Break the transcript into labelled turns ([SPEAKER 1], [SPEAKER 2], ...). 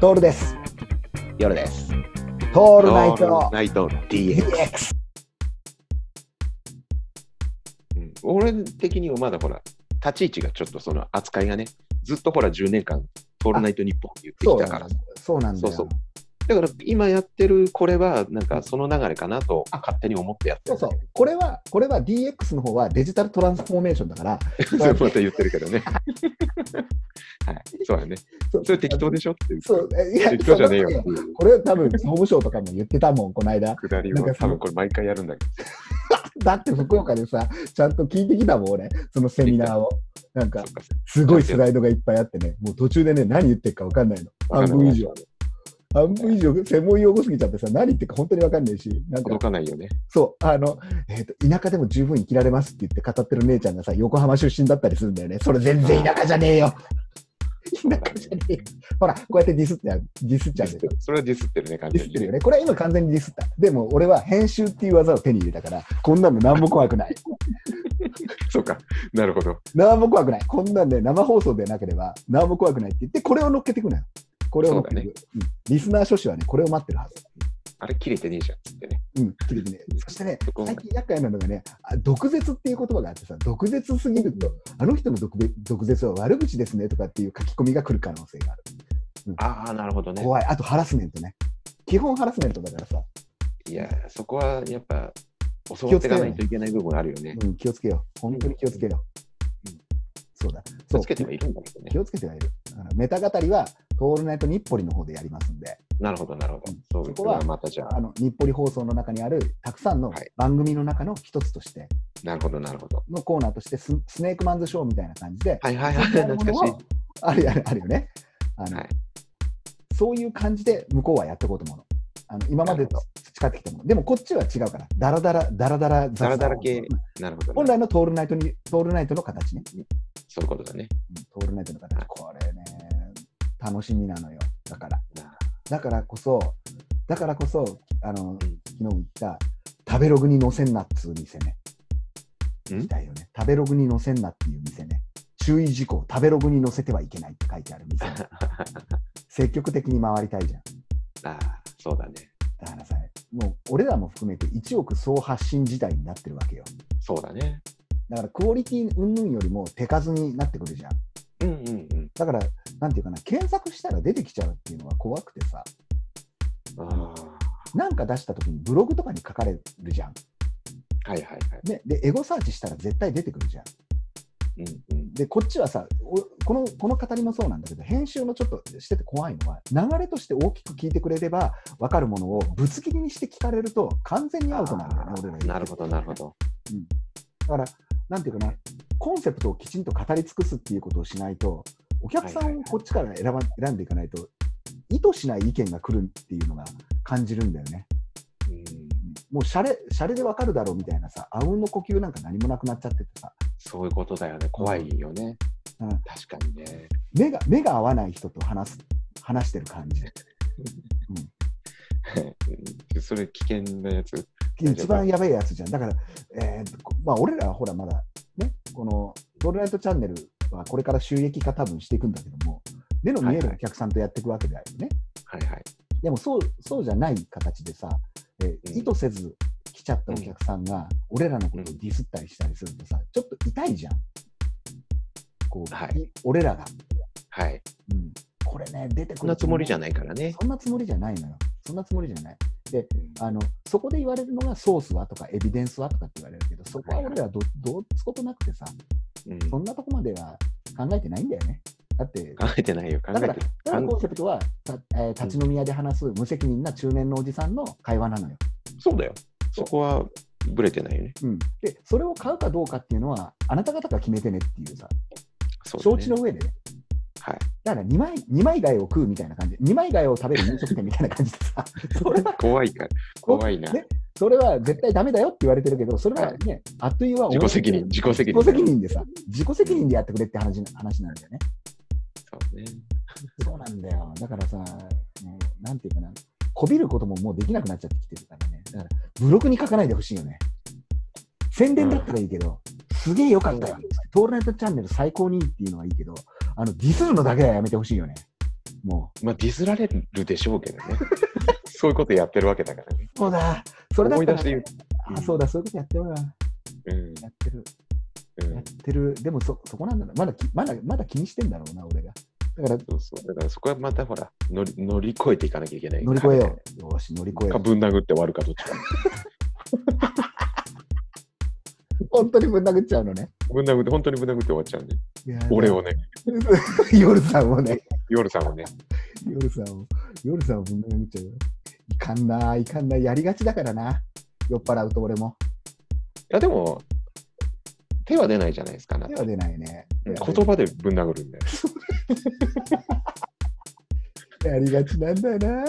[SPEAKER 1] トールです。
[SPEAKER 2] 夜です。
[SPEAKER 1] ト
[SPEAKER 2] オ
[SPEAKER 1] ールナイト
[SPEAKER 2] ナイト DX。
[SPEAKER 1] DX。
[SPEAKER 2] うん俺的にはまだほら、立ち位置がちょっとその扱いがね、ずっとほら10年間、トールナイト日本って言って
[SPEAKER 1] そう
[SPEAKER 2] きたか
[SPEAKER 1] な
[SPEAKER 2] ら
[SPEAKER 1] んだ。そうなんだ
[SPEAKER 2] そう
[SPEAKER 1] よ。
[SPEAKER 2] そう。だから今やってるこれは、なんかその流れかなと勝手に思ってやって
[SPEAKER 1] そう
[SPEAKER 2] る。
[SPEAKER 1] そうこれは、これは DX の方はデジタルトランスフォーメーションだから、
[SPEAKER 2] それまた言ってるけどね。 はい、そうだね。
[SPEAKER 1] そう
[SPEAKER 2] それ適当でしょっていう。
[SPEAKER 1] そうえいや
[SPEAKER 2] 適当じゃねえよ
[SPEAKER 1] そんな
[SPEAKER 2] っていう
[SPEAKER 1] ことないこれ多分、総務省とかも言ってたもん、この間。
[SPEAKER 2] くだり
[SPEAKER 1] なん
[SPEAKER 2] は
[SPEAKER 1] かそ
[SPEAKER 2] 多
[SPEAKER 1] の
[SPEAKER 2] 分これ毎回やるんだけ
[SPEAKER 1] だって福岡でさ、ちゃんと聞いてきたもん、俺、そのセミナーを。なん
[SPEAKER 2] ど
[SPEAKER 1] か、
[SPEAKER 2] そっか。
[SPEAKER 1] すごいスライドがいっぱいあってね、もう途中でね、何言ってるか分かんないの。半分以上。半分以上、専門用語すぎちゃってさ、何言ってるか本当に分かんないし、なんか
[SPEAKER 2] 届、かないよね。
[SPEAKER 1] そう、あの、えっ、と、田舎でも十分生きられますって言って語ってる姉ちゃんがさ、横浜出身だったりするんだよね。それ全然田舎じゃねえよ。 田舎じゃねえよ。ほら、こうやってディスっちゃう、ディスっち
[SPEAKER 2] デ
[SPEAKER 1] ゃ
[SPEAKER 2] ィ
[SPEAKER 1] う
[SPEAKER 2] ス
[SPEAKER 1] んだ
[SPEAKER 2] って
[SPEAKER 1] よ
[SPEAKER 2] る。それはディスってるね、完
[SPEAKER 1] ディス
[SPEAKER 2] 全
[SPEAKER 1] ってる
[SPEAKER 2] に
[SPEAKER 1] よ。ね。これは今完全にディスった。でも俺は編集っていう技を手に入れたから、こんなの何も怖くない。
[SPEAKER 2] そうか。なるほど。
[SPEAKER 1] 何も怖くない。こんなんで生放送でなければ何も怖くないって言って、これを乗っけていくのよ。これを乗っけていく、うんリスナー諸子はね、これを待ってるはず。
[SPEAKER 2] あれ切れてねえじゃんっつってね。
[SPEAKER 1] うん、切れてね。そしてね
[SPEAKER 2] そこ、
[SPEAKER 1] 最近厄介なのがね、あ毒舌っていう言葉があってさ、毒舌すぎると、あの人の毒べ毒舌は悪口ですねとかっていう書き込みが来る可能性がある。
[SPEAKER 2] ああ、なるほどね。
[SPEAKER 1] 怖い。あとハラスメントね。基本ハラスメントだからさ、
[SPEAKER 2] いや、そこはやっぱ、教わっていかないといけない部分あるよね。
[SPEAKER 1] うん、気をつけよう。本当に気をつけよう。
[SPEAKER 2] うん
[SPEAKER 1] そうだ。
[SPEAKER 2] 気
[SPEAKER 1] そ
[SPEAKER 2] を
[SPEAKER 1] う
[SPEAKER 2] つけてもいるんだけどね
[SPEAKER 1] 気。をつけてはいる。あのメタ語りは、トールナイト日暮里の方でやりますんで、
[SPEAKER 2] なるほど、なるほ
[SPEAKER 1] うん
[SPEAKER 2] ど。そう
[SPEAKER 1] そ
[SPEAKER 2] いう
[SPEAKER 1] こ
[SPEAKER 2] こ
[SPEAKER 1] は
[SPEAKER 2] はまたじゃあ
[SPEAKER 1] あ、の日暮里放送の中にあるたくさんの
[SPEAKER 2] はい
[SPEAKER 1] 番組の中の一つとして、
[SPEAKER 2] なるほど、なるほど。
[SPEAKER 1] のコーナーとしてス、スネークマンズショーみたいな感じで、
[SPEAKER 2] はいはいはい、
[SPEAKER 1] そういう
[SPEAKER 2] 懐
[SPEAKER 1] もの
[SPEAKER 2] かし
[SPEAKER 1] を
[SPEAKER 2] い。
[SPEAKER 1] あるあるあるよねあの、
[SPEAKER 2] はい
[SPEAKER 1] そういう感じで向こうはやっていこうと思うの。あの今まで
[SPEAKER 2] なるほ
[SPEAKER 1] 培ってきたもの。でもこっちは違うから。ダラダラ、ダラダラ雑談
[SPEAKER 2] ダラダラ系なるほど
[SPEAKER 1] 本
[SPEAKER 2] ね。
[SPEAKER 1] 来のトールナイトに、トールナイトの形ね。
[SPEAKER 2] そういうことだね。
[SPEAKER 1] うんトールナイトの形。これね、楽しみなのよ。だから。
[SPEAKER 2] な
[SPEAKER 1] だからこそ、だからこそ、あの、
[SPEAKER 2] うん
[SPEAKER 1] 昨日言った、食べログに載せんなっつう店ね。
[SPEAKER 2] ん
[SPEAKER 1] だよね。食べログに載せんなっていう店ね。注意事項、食べログに載せてはいけないって書いてある店ね、積極的に回りたいじゃん。
[SPEAKER 2] ああ、そうだね。
[SPEAKER 1] だからさ、もう俺らも含めて1億総発信時代になってるわけよ。
[SPEAKER 2] そうだね。
[SPEAKER 1] だからクオリティ云々よりも手数になってくるじゃん。
[SPEAKER 2] うんうんうん。
[SPEAKER 1] だから、なんていうかな、検索したら出てきちゃうっていうのが怖くてさ、
[SPEAKER 2] あ
[SPEAKER 1] なんか出した時にブログとかに書かれるじゃん。
[SPEAKER 2] あ、はいはいはい。
[SPEAKER 1] ね、で、エゴサーチしたら絶対出てくるじゃん。
[SPEAKER 2] うんうん。
[SPEAKER 1] で、こっちはさ、おこのこの語りもそうなんだけど、編集のちょっとしてて怖いのは、流れとして大きく聞いてくれれば分かるものをぶつ切りにして聞かれると、完全にアウトなんだよね、俺ら言って
[SPEAKER 2] なるほど、なるほど。
[SPEAKER 1] だから、なんていうかな、コンセプトをきちんと語り尽くすっていうことをしないと、お客さ
[SPEAKER 2] はいはい
[SPEAKER 1] ん
[SPEAKER 2] は
[SPEAKER 1] を
[SPEAKER 2] い
[SPEAKER 1] こっちから選ば選んでいかないと、意図しない意見が来るっていうのが感じるんだよね。
[SPEAKER 2] うん
[SPEAKER 1] もうシャレシャレでわかるだろうみたいなさ、あうんの呼吸なんか何もなくなっちゃっててさ、
[SPEAKER 2] そういうことだよね。怖いよね。
[SPEAKER 1] うん
[SPEAKER 2] 確かにね。
[SPEAKER 1] 目が目が合わない人と話す話してる感じ。
[SPEAKER 2] それ危険なやつ。大丈夫
[SPEAKER 1] 一番やべえやつじゃん。だから、えーこまあ、俺らはほら、まだ、ね、この、トールナイトチャンネルはこれから収益化多分していくんだけども、目の見え
[SPEAKER 2] はい
[SPEAKER 1] る
[SPEAKER 2] はい
[SPEAKER 1] お客さんとやっていくわけだよね。
[SPEAKER 2] はいはい。
[SPEAKER 1] でもそうそうじゃない形でさ、えー
[SPEAKER 2] うん
[SPEAKER 1] 意図せず来ちゃったお客さんが、俺らのことをディスったりしたりするとさ、ちょっと痛いじゃん。こう、
[SPEAKER 2] はい
[SPEAKER 1] 俺らが、
[SPEAKER 2] はい。
[SPEAKER 1] うん。これね、出てくる。
[SPEAKER 2] そんなつもりじゃ
[SPEAKER 1] ない。
[SPEAKER 2] ないからね。
[SPEAKER 1] そんなつもりじゃないのよ。そんなつもりじゃない。で、あのそこで言われるのがソースはとかエビデンスはとかって言われるけど、そこは俺らどどうつことなくてさ、
[SPEAKER 2] うん
[SPEAKER 1] そんなとこまでは考えてないんだよね。だって、
[SPEAKER 2] 考えてないよ。考
[SPEAKER 1] だか
[SPEAKER 2] え
[SPEAKER 1] ら
[SPEAKER 2] てる。
[SPEAKER 1] だからコンセプトは、たえー立ち飲み屋で話す無責任な中年のおじさんの会話なのよ。
[SPEAKER 2] そうだよ。そこはぶれてないよね。
[SPEAKER 1] うん、で、それを買うかどうかっていうのは、あなた方が決めてねっていうさ、
[SPEAKER 2] そうだ
[SPEAKER 1] 承
[SPEAKER 2] ね
[SPEAKER 1] 知の上でね。
[SPEAKER 2] はい。
[SPEAKER 1] だから2枚、二枚貝を食うみたいな感じ、2枚貝を食べる飲食店みたいな感じで さ、それは、
[SPEAKER 2] 怖いから。怖いな。
[SPEAKER 1] ねそれは絶対ダメだよって言われてるけど、それはね、あっという間
[SPEAKER 2] 自己責任、自己責任。
[SPEAKER 1] 自己責任でさ、自己責任でやってくれって話な話なんだよね。
[SPEAKER 2] そうね。
[SPEAKER 1] そうなんだよ。だからさ、もうなんていうかな、こびることももうできなくなっちゃってきてるからね。だから、ブログに書かないでほしいよね。宣伝だったらいいけど、すげえ良かったよ。トールナイトチャンネル最高にいいっていうのはいいけど、あの、ディスるのだけはやめてほしいよね。も
[SPEAKER 2] まあ、ディスられるでしょうけど ね。そういうことやってるわけだからね。
[SPEAKER 1] う。そうだ、それだったら、
[SPEAKER 2] 思い出して言う
[SPEAKER 1] あ、そうだ、そういうことやってるわ。
[SPEAKER 2] うん
[SPEAKER 1] やってる、
[SPEAKER 2] うん
[SPEAKER 1] やってる。でもそ、そこなんだな。まだき、まだ、まだ気にしてんだろうな、俺が。だから、
[SPEAKER 2] そうそう。だからそこはまたほら、乗り乗り越えていかなきゃいけない。
[SPEAKER 1] 乗り越えよう。よし、乗り越えよ
[SPEAKER 2] か
[SPEAKER 1] う。
[SPEAKER 2] ぶん殴って終わるかどっちか。
[SPEAKER 1] 本当にぶん殴っちゃうのね。
[SPEAKER 2] ぶん殴って、本当にぶん殴って終わっちゃうんで。
[SPEAKER 1] いや
[SPEAKER 2] 俺。をね、
[SPEAKER 1] 夜さんをね。
[SPEAKER 2] 夜さんをね。
[SPEAKER 1] 夜さんを、夜さんをぶん殴っちゃうよ。いかんな、いかんな、やりがちだからな。酔っ払うと俺も。
[SPEAKER 2] いや、でも、手は出ないじゃないですか、あな
[SPEAKER 1] 手
[SPEAKER 2] た
[SPEAKER 1] は出ないね。
[SPEAKER 2] 言葉でぶん殴るんだよ。
[SPEAKER 1] やりがちなんだよな。